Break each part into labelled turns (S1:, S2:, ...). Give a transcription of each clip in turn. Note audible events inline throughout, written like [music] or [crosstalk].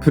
S1: プ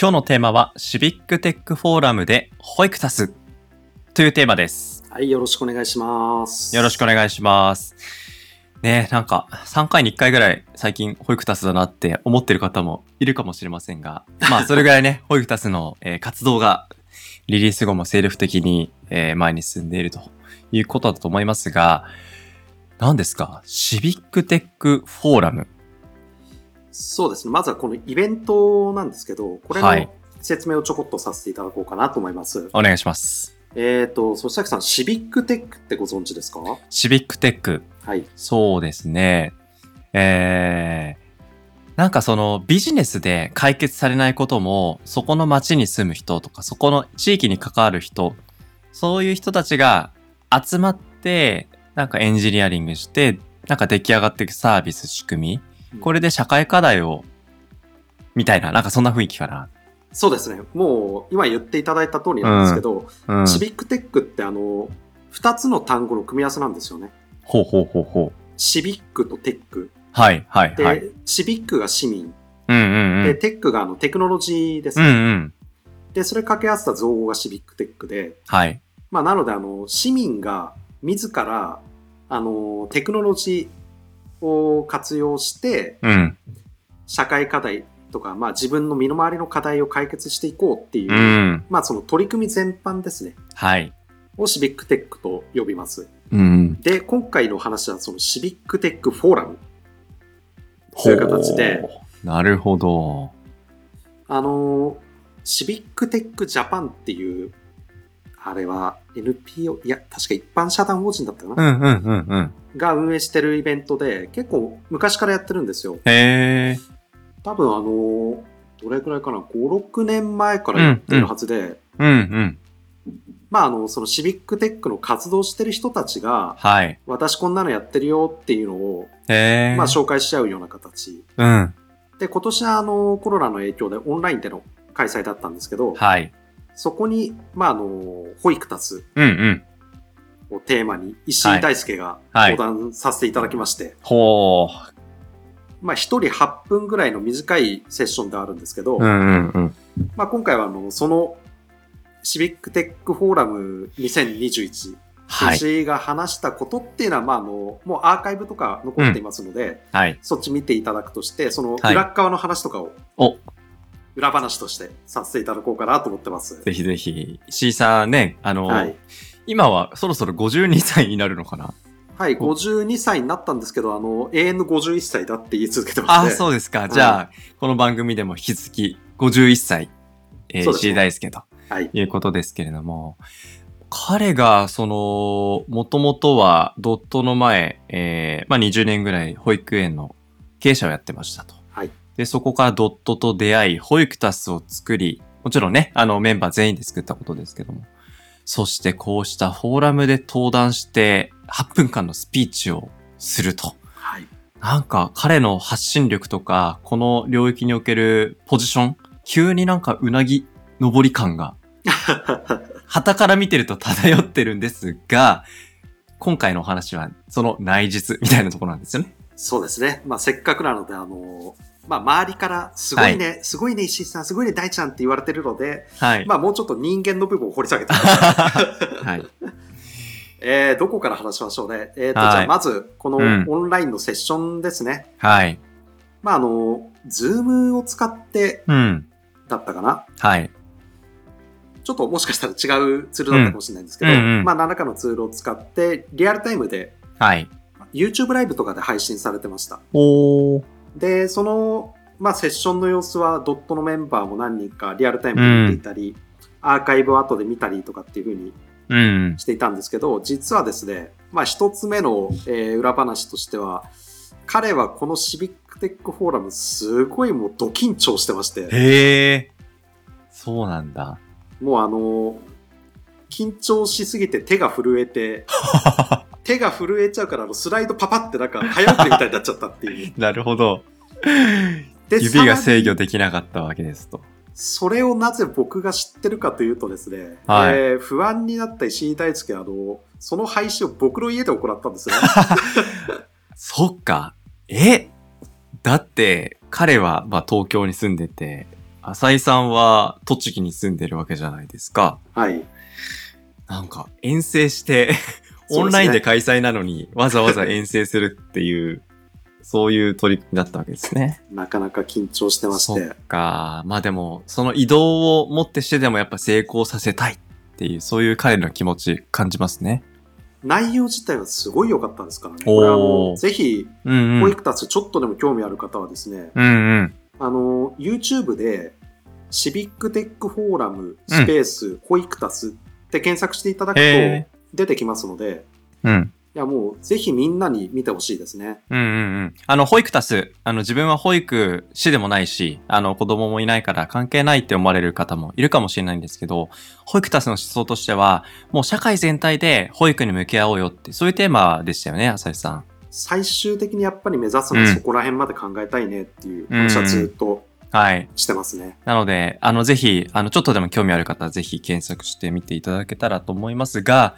S2: 今日のテーマはシビックテックフォーラムで保育タスというテーマです。
S3: はい、よろしくお願いします。
S2: よろしくお
S3: い
S2: 願いします。ねえ、なんか3回に1回ぐらい最近保育タスだなって思ってる方もいるかもしれませんが、まあそれぐらいね、 [laughs] 保育タスの、えー活動がリリース後も精力的に、えー前に進んでいるということだと思いますが、何ですかシビックテックフォーラム。
S3: そうですね。まずはこのイベントなんですけど、これ
S2: は
S3: の
S2: い
S3: 説明をちょこっとさせていただこうかなと思います。
S2: お願いします。
S3: えっ、と、そしたきさん、シビックテックってご存知ですかは
S2: シビックテック。
S3: い。
S2: そうですね。えー、なんかそのビジネスで解決されないことも、そこの町に住む人とか、そこの地域に関わる人、そういう人たちが集まって、なんかエンジニアリングして、なんか出来上がっていくサービス、仕組み、これで社会課題を、みたいな、なんかそんな雰囲気かな。
S3: そうですね。もう、今言っていただいた通りなんですけど、
S2: うん。
S3: シビックテックってあの、二つの単語の組み合わせなんですよね。
S2: ほうほうほうほう。
S3: シビックとテック。
S2: はいはい
S3: で、
S2: はい。
S3: シビックが市民。
S2: うんうんう
S3: で、
S2: ん。
S3: テックがあのテクノロジーです
S2: うん
S3: ね、
S2: うん。
S3: で、それ掛け合わせた造語がシビックテックで、
S2: はい。
S3: まあ、なので、あの、市民が自ら、あの、テクノロジーを活用して、
S2: うん。
S3: 社会課題とか、まあ、自分の身の回りの課題を解決していこうっていう、
S2: うん。
S3: まあ、その取り組み全般ですね、
S2: はい。
S3: をシビックテックと呼びます。
S2: うん。
S3: で、今回の話は、そのシビックテックフォーラム。そういう形で
S2: ほう。なるほど。
S3: あの、シビックテックジャパンっていう、あれは NPO、いや、確か一般社団法人だったか
S2: う
S3: な、
S2: んうんうんうん。
S3: が運営してるイベントで、結構昔からやってるんですよ。
S2: へえ。
S3: 多分あのーどれくらいかな5、6年前からやってるはずで、
S2: うんうん。
S3: まああの、そのシビックテックの活動してる人たちが、
S2: はい。
S3: 私こんなのやってるよっていうのを、
S2: へえ。
S3: まあ紹介し合うような形。
S2: うん。
S3: で、今年はあの、コロナの影響でオンラインでの開催だったんですけど、
S2: はい。
S3: そこに、まああの、保育タス
S2: うんうん。
S3: をテーマに石
S2: はい
S3: 井大輔が
S2: はい
S3: 登壇させていただきまして、
S2: ほ
S3: まあ一人8分ぐらいの短いセッションではあるんですけど、
S2: う。うんうんうん。
S3: まあ、今回はあのそのシビックテックフォーラム2021、
S2: はい。
S3: 私が話したことっていうのは、まあ、あのもうアーカイブとか残っていますので、
S2: はい。
S3: そっち見ていただくとして、その
S2: はい
S3: 裏っ側の話とかを、
S2: お
S3: 裏話としてさせていただこうかなと思ってます。
S2: ぜひぜひ。石井さんね、あの、
S3: はい、
S2: 今はそろそろ52歳になるのかな
S3: はい、52歳になったんですけど、あの永遠の51歳だって言い続けてます
S2: ああ、
S3: ね。
S2: そうですか。じゃあ、この番組でも引き続き51歳、え
S3: そ
S2: ー、
S3: うですね
S2: 石井大輔と
S3: はい、
S2: いうことですけれども、彼が、その、もともとはドットの前、えーまあ、20年ぐらい保育園の経営者をやってましたと。
S3: はい
S2: で、そこからドットと出会い、保育タスを作り、もちろんね、あのメンバー全員で作ったことですけども、そしてこうしたフォーラムで登壇して8分間のスピーチをすると。
S3: はい、 [laughs]
S2: なんか彼の発信力とか、この領域におけるポジション、急になんかうなぎ登り感が、旗から見てると漂ってるんですが、今回のお話はその内実みたいなところなんですよね。
S3: そうですね。まあ、せっかくなので、あのまあ、周りから、すごいね、すごいね、石井さん、すごいね、大ちゃんって言われてるので、
S2: はい。
S3: まあ、もうちょっと人間の部分を掘り下げ
S2: [laughs]
S3: て、
S2: はい。
S3: えー、どこから話しましょうね。えーと
S2: はい
S3: じゃあ、まず、この
S2: うん
S3: オンラインのセッションですね。
S2: はい。
S3: まあ、あの、ズームを使って
S2: うん。
S3: だったかな。
S2: はい。
S3: ちょっともしかしたら違うツールだったかもしれないんですけど、
S2: うんうんうん
S3: まあ、何らかのツールを使って、リアルタイムで、
S2: はい。
S3: YouTube ライブとかで配信されてました。
S2: おー。
S3: で、その、まあ、セッションの様子は、ドットのメンバーも何人かリアルタイムで見ていたり、アーカイブを後で見たりとかっていうふうに
S2: うん。
S3: していたんですけど、実はですね、まあ一つ目の、えー裏話としては、彼はこのシビックテックフォーラムすごいもうド緊張してまして、
S2: へー。そうなんだ。
S3: もうあの、緊張しすぎて手が震
S2: [laughs]
S3: えて、手が震えちゃうから、あのスライドパパってなんか早送りみたいになっちゃったって
S2: [laughs]
S3: いう。
S2: なるほど。
S3: で
S2: 指が
S3: さら
S2: 制
S3: に
S2: 御できなかったわけですと。
S3: それをなぜ僕が知ってるかというとですね、
S2: はい
S3: えー不安になった石井大輔あの、その配信を僕の家で行った
S2: [laughs]
S3: んですね。
S2: そっか。えだって、彼は、まあ、東京に住んでて、浅井さんは栃木に住んでるわけじゃないですか。
S3: はい。
S2: なんか、遠征して、オンラインで開催なのに、わざわざ遠征するっていう、そういう取り組みだったわけですね。
S3: なかなか緊張してまし、
S2: そってか。まあでも、その移動をもってしてでもやっぱ成功させたいっていう、そういう彼の気持ち感じますね。
S3: 内容自体はすごい良かったですからね。これあ
S2: お
S3: の
S2: ー
S3: ぜひ、
S2: うんう
S3: 保
S2: ん。
S3: 育たちちょっとでも興味ある方はですね、
S2: うんうん。
S3: あの、YouTube で、シビックテックフォーラム、スペース、ホイクタスって検索していただくと
S2: へ
S3: 出てきますので、
S2: うん。
S3: いやもうぜひみんなに見てほしいですね。
S2: うんうんうん。あの、保育タス、あの、自分は保育士でもないし、あの、子供もいないから関係ないって思われる方もいるかもしれないんですけど、保育タスの思想としては、もう社会全体で保育に向き合おうよって、そういうテーマでしたよね、浅井さん。
S3: 最終的にやっぱり目指すのは
S2: うん
S3: そこら辺まで考えたいねっていう話はずっと
S2: はい。
S3: してますね。
S2: なので、あの、ぜひ、あの、ちょっとでも興味ある方は、ぜひ検索してみていただけたらと思いますが、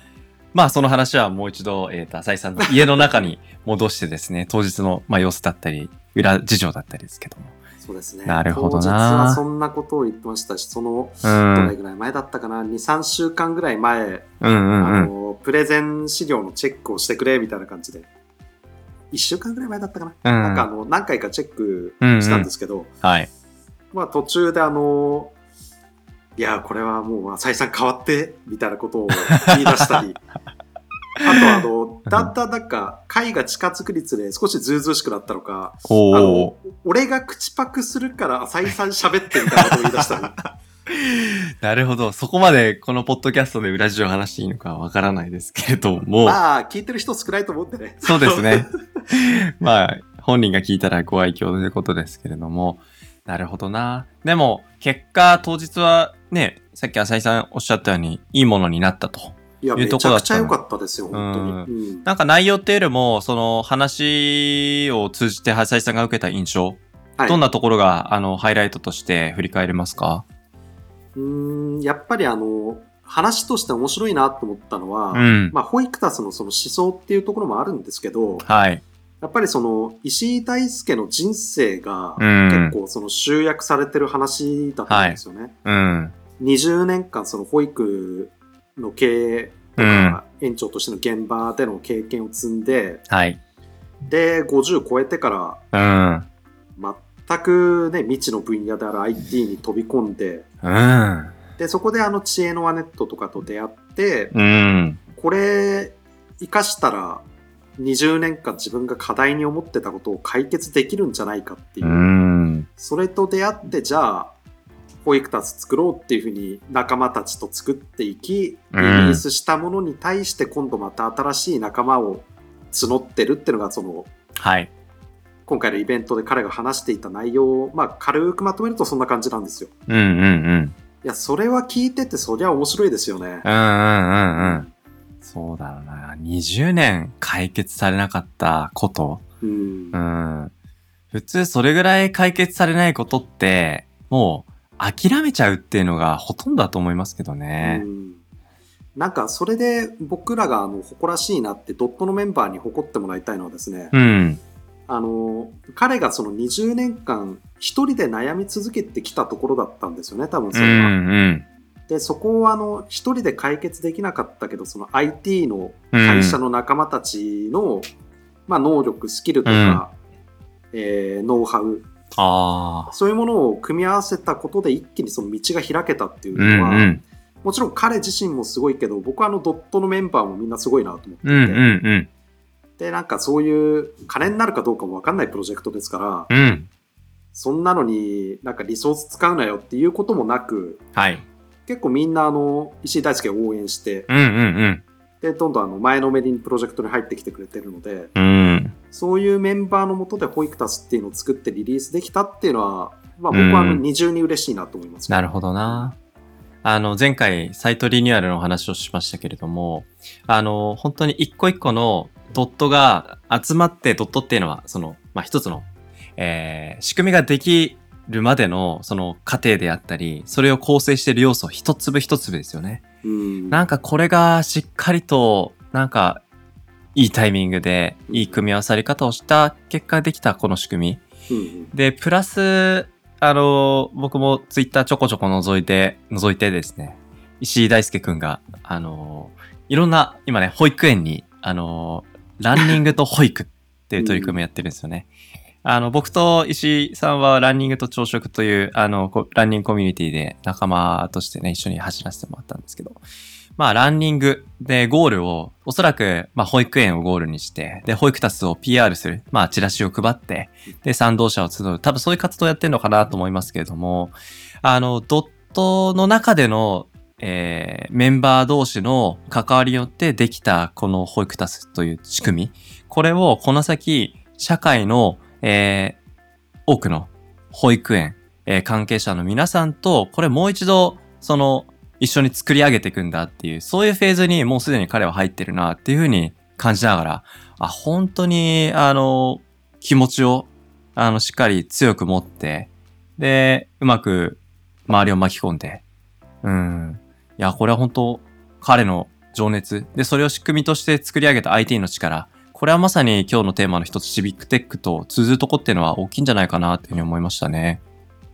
S2: まあ、その話はもう一度、えっ、と、浅井さんの家の中に戻してですね、当日の、まあ、様子だったり、裏事情だったりですけども。
S3: そうですね。
S2: なるほどな
S3: 当日はそんなことを言ってましたし、その、
S2: う
S3: どれ
S2: ん。
S3: ぐらい前だったかな、2、3週間ぐらい前、
S2: うんう
S3: あ
S2: んうん。
S3: の、プレゼン資料のチェックをしてくれみたいな感じで、1週間ぐらい前だったかな。
S2: うん
S3: なんかあの、何回かチェックしたんですけど、
S2: はい。
S3: まあ途中であの、いや、これはもう再三変わって、みたいなことを言い出した
S2: [laughs]
S3: り、あとあの、だんだんなんか、会が近づくにつれ少しずうずうしくなったのか、あ
S2: お
S3: の
S2: お。、
S3: 俺が口パクするから再三喋ってみたいなことを言い
S2: [laughs]
S3: 出したり、
S2: なるほど。そこまで、このポッドキャストで裏事情を話していいのかわからないですけれども、
S3: まあ、聞いてる人少ないと思ってね。
S2: そうですね。 [laughs] まあ、本人が聞いたらご愛嬌ということですけれども、なるほどな。でも、結果、当日はね、さっき浅井さんおっしゃったように、いいものになったと。
S3: [laughs] いや、
S2: い
S3: め
S2: うとこ
S3: ちゃ
S2: だ
S3: く
S2: っ
S3: ちゃ
S2: た
S3: 良
S2: な
S3: かったですよ、本当に。うん
S2: なんか内容っていうよりも、その話を通じて浅井さんが受けた印象、
S3: はい
S2: どんなところが、あの、ハイライトとして振り返れますか
S3: うーん、やっぱりあの、話として面白いなと思ったのは、
S2: うん。
S3: まあ、ホイクタスのその思想っていうところもあるんですけど、
S2: はい。
S3: やっぱりその石井大輔の人生が
S2: うん
S3: 結構その集約されてる話だったんですよね。
S2: うん。
S3: 20年間その保育の経営とか園長としての現場での経験を積んで、
S2: はい。
S3: で、50超えてか
S2: うん。
S3: ら全くね、未知の分野である IT に飛び込んで、
S2: うん。
S3: で、そこであの知恵のワネットとかと出会って、
S2: うん。
S3: これ生かしたら20年間自分が課題に思ってたことを解決できるんじゃないかっていうう。
S2: ん。
S3: それと出会って、じゃあ、保育タス作ろうっていうふうに仲間たちと作っていき、リリ
S2: うん
S3: ースしたものに対して今度また新しい仲間を募ってるっていうのが、その、
S2: はい。
S3: 今回のイベントで彼が話していた内容を、まあ、軽くまとめるとそんな感じなんですよ。
S2: うんうんうん。
S3: いや、それは聞いてて、そりゃ面白いですよね
S2: うんう。んうんうん。そうだろうな。20年解決されなかったこと。
S3: うん
S2: う。ん。普通それぐらい解決されないことって、もう諦めちゃうっていうのがほとんどだと思いますけどね
S3: う。んなんか、それで僕らが、あの、誇らしいなって、ドットのメンバーに誇ってもらいたいのはですね、
S2: うん。
S3: あの彼がその20年間一人で悩み続けてきたところだったんですよね多分
S2: う
S3: そ
S2: ん
S3: れは。
S2: うん。
S3: でそこをあの一人で解決できなかったけどその IT の
S2: うん
S3: 会社の仲間たちの、まあ、能力スキルとか、えーノウハウ
S2: ああ。
S3: そういうものを組み合わせたことで一気にその道が開けたっていう
S2: う
S3: の
S2: ん
S3: は、
S2: うん。
S3: もちろん彼自身もすごいけど僕はあのドットのメンバーもみんなすごいなと思って
S2: うん
S3: て、
S2: うんうん。
S3: でなんかそういう金になるかどうかも分かんないプロジェクトですから。
S2: うん。
S3: そんなのになんかリソース使うなよっていうこともなく、
S2: はい。
S3: 結構みんなあの、石井大輔を応援して、
S2: うんうん
S3: で、どんどんあの、前のめりにプロジェクトに入ってきてくれてるので、
S2: うん。うん。
S3: そういうメンバーのもとで保育タスっていうのを作ってリリースできたっていうのは、まあ僕はあ
S2: う
S3: の、
S2: ん
S3: 二重に嬉しいなと思います。
S2: なるほどな。あの、前回、サイトリニューアルのお話をしましたけれども、あの、本当に一個一個のドットが集まって、ドットっていうのは、その、まあ、一つの、えー仕組みができるまでの、その、過程であったり、それを構成している要素、一粒一粒ですよね。
S3: うん
S2: なんかこれがしっかりと、なんか、いいタイミングで、いい組み合わさり方をした結果できたこの仕組
S3: うん
S2: み。で、プラス、あの、僕もツイッターちょこちょこ覗いて、覗いてですね、石井大輔くんが、あの、いろんな、今ね、保育園に、あの、ランニングと保育っていう取り組みをやってるんですよね。あの、僕と石井さんはランニングと朝食という、あの、こランニングコミュニティで仲間としてね、一緒に走らせてもらったんですけど、まあ、ランニングでゴールを、おそらく、まあ、保育園をゴールにして、で、保育タスを PR する、まあ、チラシを配って、で、賛同者を集う、多分そういう活動をやってるのかなと思いますけれども、あの、ドットの中での、えーメンバー同士の関わりによってできた、この保育タスという仕組み、これをこの先、社会の、えー多くの保育園、えー関係者の皆さんと、これもう一度、その、一緒に作り上げていくんだっていう、そういうフェーズにもうすでに彼は入ってるなっていうふうに感じながら、あ、本当に、あの、気持ちを、あの、しっかり強く持って、で、うまく周りを巻き込んで、うん。いや、これは本当、彼の情熱、で、それを仕組みとして作り上げた IT の力、これはまさに今日のテーマの一つ、シビックテックと通ずるとこっていうのは大きいんじゃないかなっていうふうに思いましたね。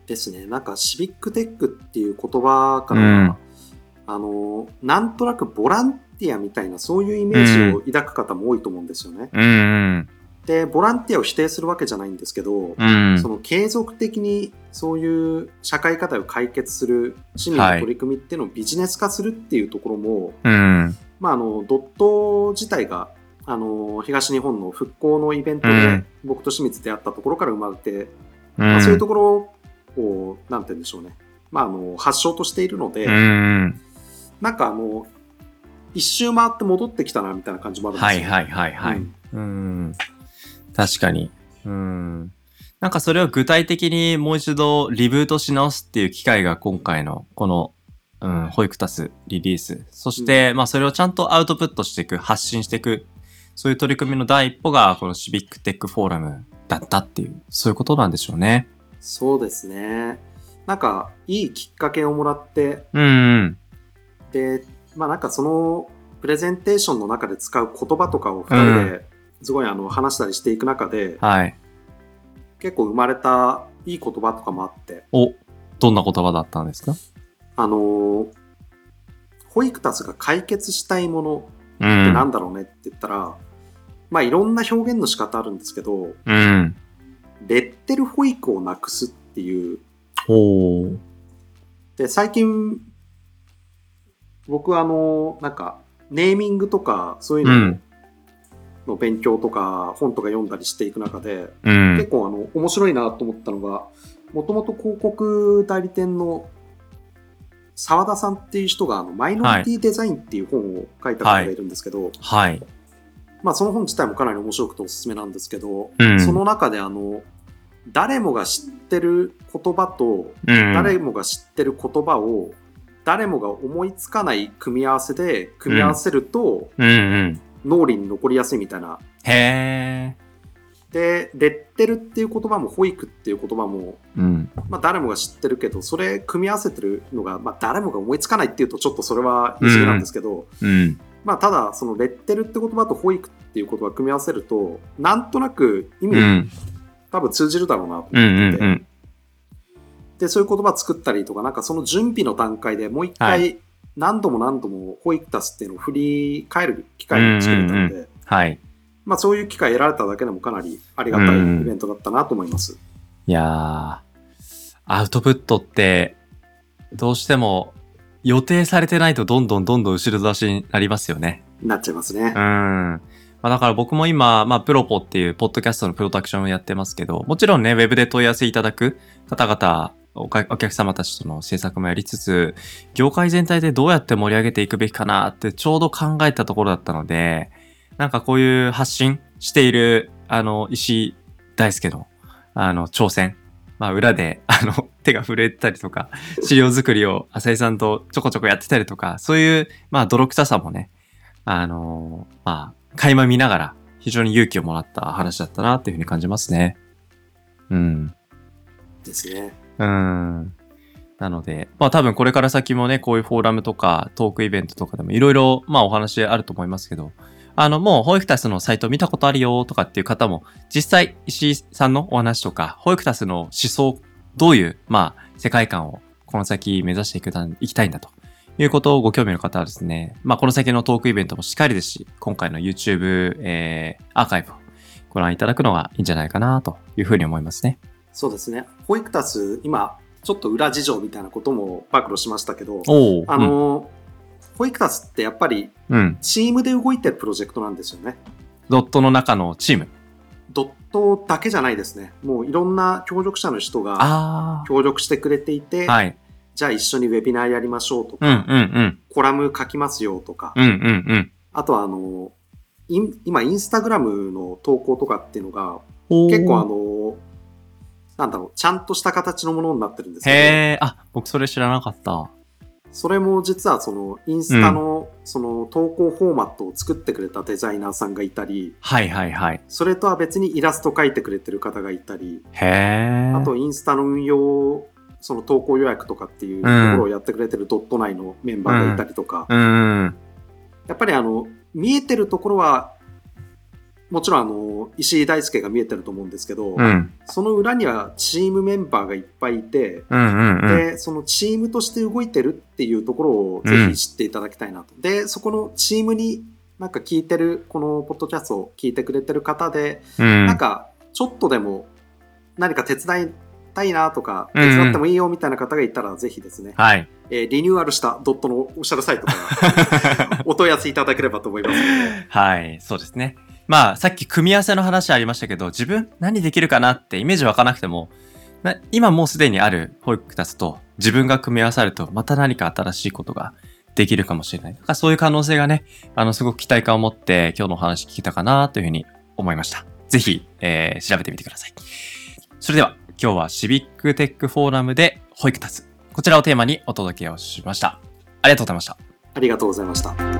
S3: ですね。なんかシビックテックっていう言葉から、
S2: うん
S3: あの、なんとなくボランティアみたいな、そういうイメージを抱く方も多いと思うんですよね。
S2: うん、
S3: で、ボランティアを否定するわけじゃないんですけど、
S2: うん。うん
S3: その継続的にそういう社会課題を解決する市民の取り組みっていうのをビジネス化するっていうところも、
S2: うん。
S3: まあ、あのドット自体があの東日本の復興のイベント
S2: う
S3: で
S2: ん
S3: 僕と清水であったところから生まれて、
S2: う
S3: まあ、
S2: ん。
S3: そういうところをなんて言うんでしょうね、まあ、あの発祥としているので、
S2: うん。
S3: なんかあの一周回って戻ってきたなみたいな感じもあるんで
S2: は
S3: すよ
S2: いはいはいはい。
S3: うん
S2: うん。確かに。うん。なんかそれを具体的にもう一度リブートし直すっていう機会が今回のこの、うん、保育タスリリース。そして、まあそれをちゃんとアウトプットしていく、発信していく。そういう取り組みの第一歩がこのシビックテックフォーラムだったっていう、そういうことなんでしょうね。
S3: そうですねなんかいいきっかけをもらって
S2: うん。
S3: で、まあなんかそのプレゼンテーションの中で使う言葉とかを2人ですごいあの話したりしていく中で、
S2: はい。
S3: 結構生まれたいい言葉とかもあって、
S2: お、どんな言葉だったんですか
S3: あのー保育たちが解決したいもの
S2: う。
S3: ってなんんだろうねって言ったら、まあいろんな表現の仕方あるんですけど、
S2: うん。
S3: レッテル保育をなくすっていう、
S2: ほう。
S3: で、最近、僕はあのーなんか、ネーミングとか、そういう
S2: う
S3: の
S2: ん。
S3: の勉強とか本とか読んだりしていく中で、
S2: う
S3: 結
S2: ん。
S3: 構あの面白いなと思ったのがもともと広告代理店の澤田さんっていう人があのマイノリティデザインっていう本を書いた方がいるんですけど、
S2: はい。
S3: まあ、その本自体もかなり面白くておすすめなんですけど、
S2: うん。
S3: その中であの誰もが知ってる言葉と
S2: うん、
S3: 誰もが知ってる言葉を誰もが思いつかない組み合わせで組み合わせると
S2: うんうん。
S3: 脳裏に残りやすいみたいな
S2: へえ。
S3: でレッテルっていう言葉も保育っていう言葉も
S2: うん。
S3: まあ、誰もが知ってるけどそれ組み合わせてるのが、まあ、誰もが思いつかないっていうとちょっとそれは言い過ぎなんですけど、
S2: うん。
S3: まあ、ただそのレッテルって言葉と保育っていう言葉を組み合わせるとなんとなく意味、
S2: うん。
S3: 多分通じるだろうなと思って
S2: うん。
S3: て、
S2: うん。
S3: でそういう言葉作ったりとかなんかその準備の段階でもう一
S2: は
S3: 回何度も何度も保育タスっていうのを振り返る機会を作れたので、
S2: はい。
S3: まあ、そういう機会得られただけでもかなりありがたいイベントだったなと思います。
S2: いやー、アウトプットって、どうしても予定されてないとどんどんどんどん後ろ出しになりますよね。
S3: なっちゃいますね
S2: うん。。まあ、だから僕も今、まあ、プロポっていうポッドキャストのプロダクションをやってますけど、もちろんね、ウェブで問い合わせいただく方々、おかお客様たちとの制作もやりつつ、業界全体でどうやって盛り上げていくべきかなってちょうど考えたところだったので、なんかこういう発信している、あの、石井大輔の、あの、挑戦。まあ、裏で、ああの、 [laughs] 手が震えてたりとか、資料作りを浅井さんとちょこちょこやってたりとか、そういう、まあ、泥臭さもね、あのーまあ、垣間見ながら、非常に勇気をもらった話だったな、っていうふうに感じますね。うん。
S3: ですね。
S2: うん。なので、まあ多分これから先もね、こういうフォーラムとかトークイベントとかでもいろいろまあお話あると思いますけど、あのもうホイクタスのサイト見たことあるよとかっていう方も、実際石井さんのお話とか、ホイクタスの思想、どういうまあ世界観をこの先目指していくたいきたいんだということをご興味の方はですね、まあこの先のトークイベントもしっかりですし、今回の YouTube、えー、アーカイブをご覧いただくのがいいんじゃないかなというふうに思いますね。
S3: そうですね。ホイクタス、今、ちょっと裏事情みたいなことも暴露しましたけど、
S2: おお
S3: あ、の、ホイクタスってやっぱり
S2: うん、うん
S3: チームで動いてるプロジェクトなんですよね。
S2: ドットの中のチーム。
S3: ドットだけじゃないですね。もういろんな協力者の人が
S2: あ
S3: 協力してくれていて、
S2: あ。はい。
S3: じゃあ一緒にウェビナーやりましょうと
S2: うん
S3: か、
S2: うんうん。
S3: コラム書きますよとか、
S2: うんうんうん。
S3: あとはあの、イン今インスタグラムの投稿とかっていうのが、
S2: おー
S3: 結構あの、なんだろう、ちゃんとした形のものになってるんです
S2: へ
S3: け
S2: え、あ、僕それ知らなかった。
S3: ど、それも実はそのインスタのその投稿フォーマットを作ってくれたデザイナーさんがいたり、
S2: はいはいはい。
S3: それとは別にイラスト描いてくれてる方がいたり、
S2: へえ。
S3: あとインスタの運用、その投稿予約とかっていうところをやってくれてるドット内のメンバーがいたりとか、
S2: うん。
S3: やっぱりあの、見えてるところは、もちろんあの、石井大輔が見えてると思うんですけ
S2: う
S3: ど、
S2: ん。うん
S3: その裏にはチームメンバーがいっぱいいて、
S2: うんうん。
S3: で、そのチームとして動いてるっていうところをぜひ知っていただきたいなと。で、そこのチームになんか聞いてる、このポッドキャストを聞いてくれてる方で、
S2: うん。
S3: なんかちょっとでも何か手伝いたいなとか、
S2: うん
S3: 手伝ってもいいよみたいな方がいたらぜひですね、
S2: はい。
S3: えーリニューアルしたドットのオフィシャルサイトからお問い合わせいただければと思いますので。
S2: はい、そうですね。まあ、さっき組み合わせの話ありましたけど、自分何できるかなってイメージ湧かなくても、な今もうすでにある保育クタスと自分が組み合わさると、また何か新しいことができるかもしれない。だからそういう可能性がね、あの、すごく期待感を持って今日のお話聞けたかなというふうに思いました。ぜひ、えー調べてみてください。それでは、今日はシビックテックフォーラムで保育クタスこちらをテーマにお届けをしました。ありがとうございました。
S3: ありがとうございました。